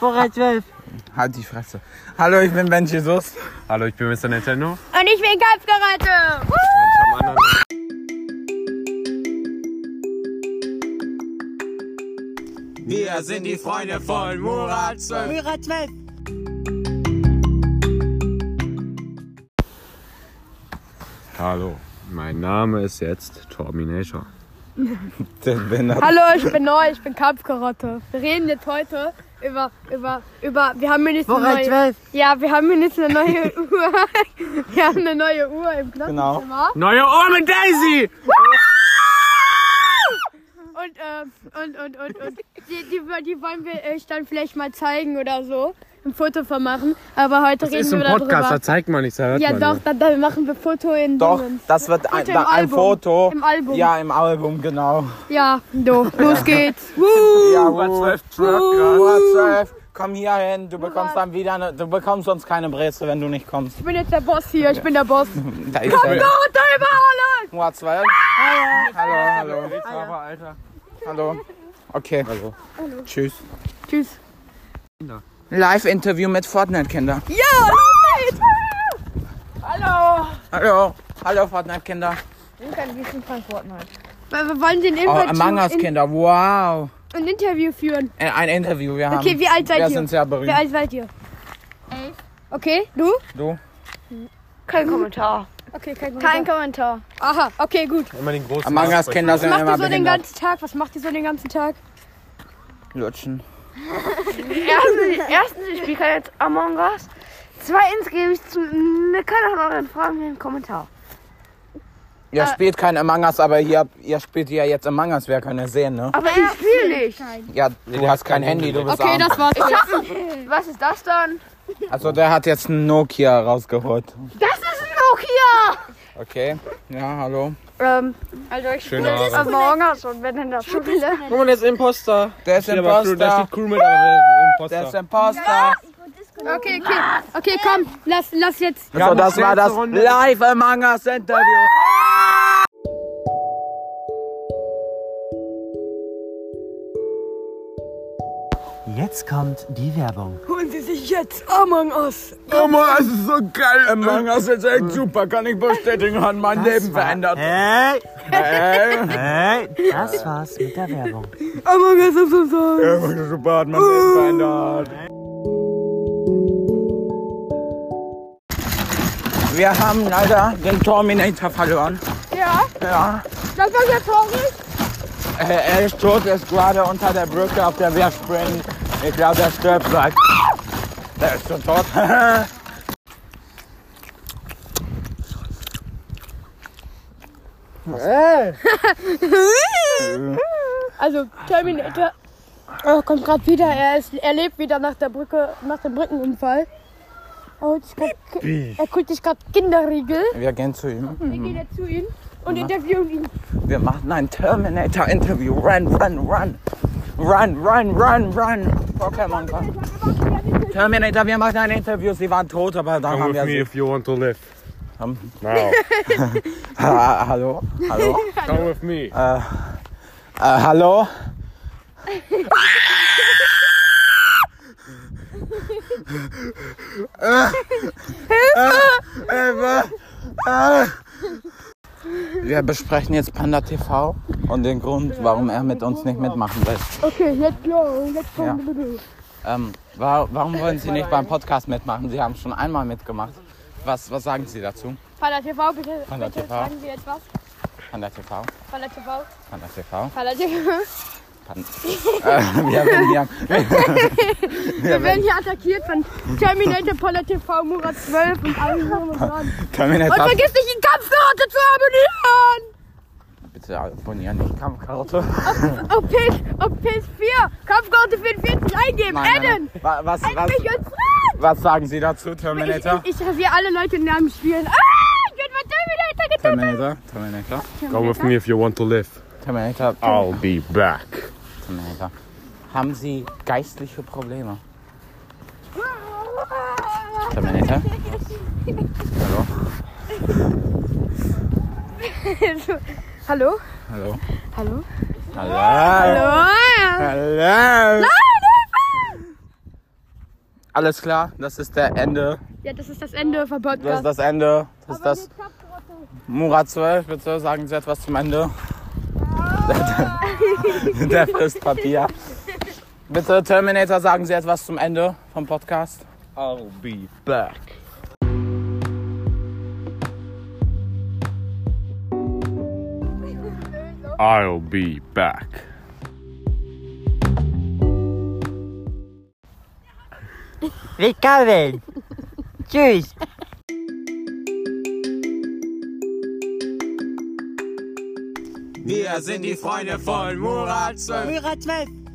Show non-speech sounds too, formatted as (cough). Vorrat 12. Halt die Fresse. Hallo, ich bin Ben Jesus. Hallo, ich bin Mr. Nintendo. Und Und ich bin Kampfkarate. ich habe einen anderen. Wir sind die Freunde von Murat 12. Vorrat 12. Hallo, mein Name ist jetzt Torminator. Hallo, ich bin neu, ich bin Kampfkarotte. Wir reden jetzt heute über, über, über, wir haben hier nicht eine Vorrat neue, 12. ja, wir haben hier nicht eine neue Uhr. (laughs) Wir haben eine neue Uhr im Genau. Klassenzimmer. Neue Ohr mit Daisy! Und, äh, und, und, und, und, die, die, die wollen wir euch dann vielleicht mal zeigen oder so. Ein Foto von machen. Aber heute Das reden ist wir ein Podcast, da darüber. zeigt man nichts, da hört Ja, man doch, dann, dann machen wir Foto in Doch, Dingens. das wird ein, im da, ein Album. Foto. Im Album. Ja, im Album, genau. Ja, so, los geht's. Ja, Murat 12 Truck Murat 12, komm hier hin. Du bekommst Murat. dann wieder eine, du bekommst sonst keine Breze, wenn du nicht kommst. Ich bin jetzt der Boss hier, ich bin der Boss. Da ist er. Karotte überholen! Murat 12. Hallo. Hallo, hallo. Hallo, Alter. Hallo. Okay. Hallo. Tschüss. Tschüss. Live-Interview mit Fortnite-Kinder. Ja, los geht's! Hallo. Hallo, Fortnite-Kinder. Wir wir wollen den Oh, Interview, Among in, Us-Kinder. Wow. ein Interview führen. Äh, Ein Interview, wir haben. Okay, wie alt seid wir ihr? sind sehr Wie berühmt. alt seid ihr? Okay, du? Du? Kein Kommentar. Okay, kein Kein Kommentar. Kommentar. Aha, okay, gut. Immer den großen Among Us-Kinder sind Was macht immer ihr so den behindert. ganzen Tag? Was macht ihr so den ganzen Tag? Lutschen. Äh. Erstens, erstens ich spiele jetzt Among Us. Zweitens gebe ich zu ne, keiner von euren Fragen einen Kommentar. Ihr spielt kein Among Us, aber ihr, ihr spielt ja jetzt Among Us, wir können es sehen, ne? Aber ich spiele nicht. Ja, du hast kein Handy, du bist Okay, arm. das war's. Was ist das dann? Also der hat jetzt ein Nokia rausgeholt. Das ist ein Nokia! Okay. Ja, hallo. Ähm, also ich Schöne spiele Haare. Among Us und wenn in der Schule. Guck mal, der ist Imposter. Der ist Da Imposter. steht Crewman, aber Der ist Imposter. Imposter. Okay, okay. Okay, komm, lass, lass jetzt. So, das letzte war das Runde. Live Among Us Interview. Jetzt kommt die Werbung. Holen Sie sich jetzt Among Us. Guck mal, das ist so geil. Among Us ist echt super, kann ich bestätigen, hat mein Leben verändert. Hey, Hey. hey, das war's mit der Werbung. Among Us ist so Among Us super hat mein Leben verändert. Wir haben leider den Terminator verloren. Ja, Ja. das war sehr traurig. Er, Äh, er ist tot, er ist gerade unter der Brücke, auf der wir springen. Ich glaube, der stirbt gleich. Der ist schon (laughs) tot. Also, Terminator oh, kommt gerade wieder. Er, ist, er lebt wieder nach der Brücke, nach dem Brückenunfall. Oh, Er holt sich grad, er holt sich gerade Kinderriegel. Wir gehen zu ihm. Wir gehen jetzt zu ihm und interviewen ihn. Wir machen ein Terminator-Interview. Run, run, run. Run, run, run, run. Pokémon, run. Terminator, wir machen ein Interview. Sie waren tot, aber dann haben Come with wir me sie. if you want to live. Haben- (laughs) Now, Ha, (laughs) hallo? Hallo? come with me. Äh, hallo? Äh, Hilfe! äh. Wir besprechen jetzt Panda TV und den Grund, warum er mit uns nicht mitmachen will. Okay, let's go. Let's go. Ja. Ähm, wa- warum wollen Sie nicht beim Podcast mitmachen? Sie haben schon einmal mitgemacht. Was, was sagen Sie dazu? Panda TV, bitte, Panda bitte TV. sagen Sie etwas. Panda TV? Panda TV, Panda TV? Panda TV. Pan (laughs) äh, wir werden hier Wir werden hier attackiert von Terminator, Panda TV, Murat 12 und allen drum und dran. Und Terminator vergiss nicht, die Kampfkarte zu abonnieren! Bitte abonnieren die Kampfkarte. Auf, PS, auf PS4 Kampfkarte 44 eingeben. Eden! Wa- Was, was, Mich und Fred! was sagen Sie dazu, Terminator? Ich, ich, ich rasiere alle Leute in Namen spielen. Ah, ich bin von Terminator getötet. Terminator, Terminator, Come with me if you want to live. Terminator, oh, I'll be back. Terminator. Haben Sie geistliche Probleme? Terminator? (laughs) Hallo? Hallo? Hallo? Ah, Hallo? Hallo? Hallo? alles klar, das ist der Ende. Ja, das ist das Ende vom Das Podcast. ist das Ende. Das ist das Murat 12. Bitte sagen Sie etwas zum Ende. Der frisst Papier. (laughs) Bitte, Terminator, sagen Sie etwas zum Ende vom Podcast. I'll be Bäh. I'll be back. Willkommen. Tschüss. Wir sind die Freunde von Murat 12. Murat 12.